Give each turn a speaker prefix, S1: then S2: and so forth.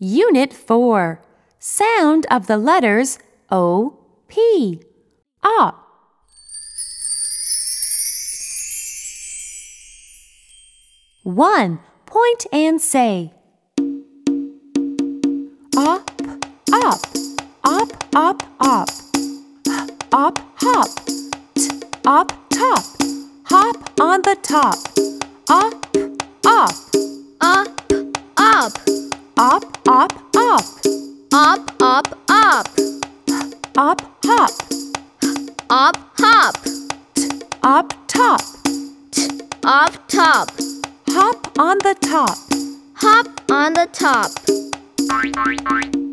S1: Unit 4 Sound of the letters O, P. Op. One, point and say. Op, op, op, op, op. Op, hop, t, op, top. Hop on the top. Op, op,
S2: Up, up,
S1: op, op, op.
S2: up, up, up,
S1: Op, hop,
S2: up, hop,
S1: op, top.
S2: up top,
S1: Hop on the top.
S2: hop on the top.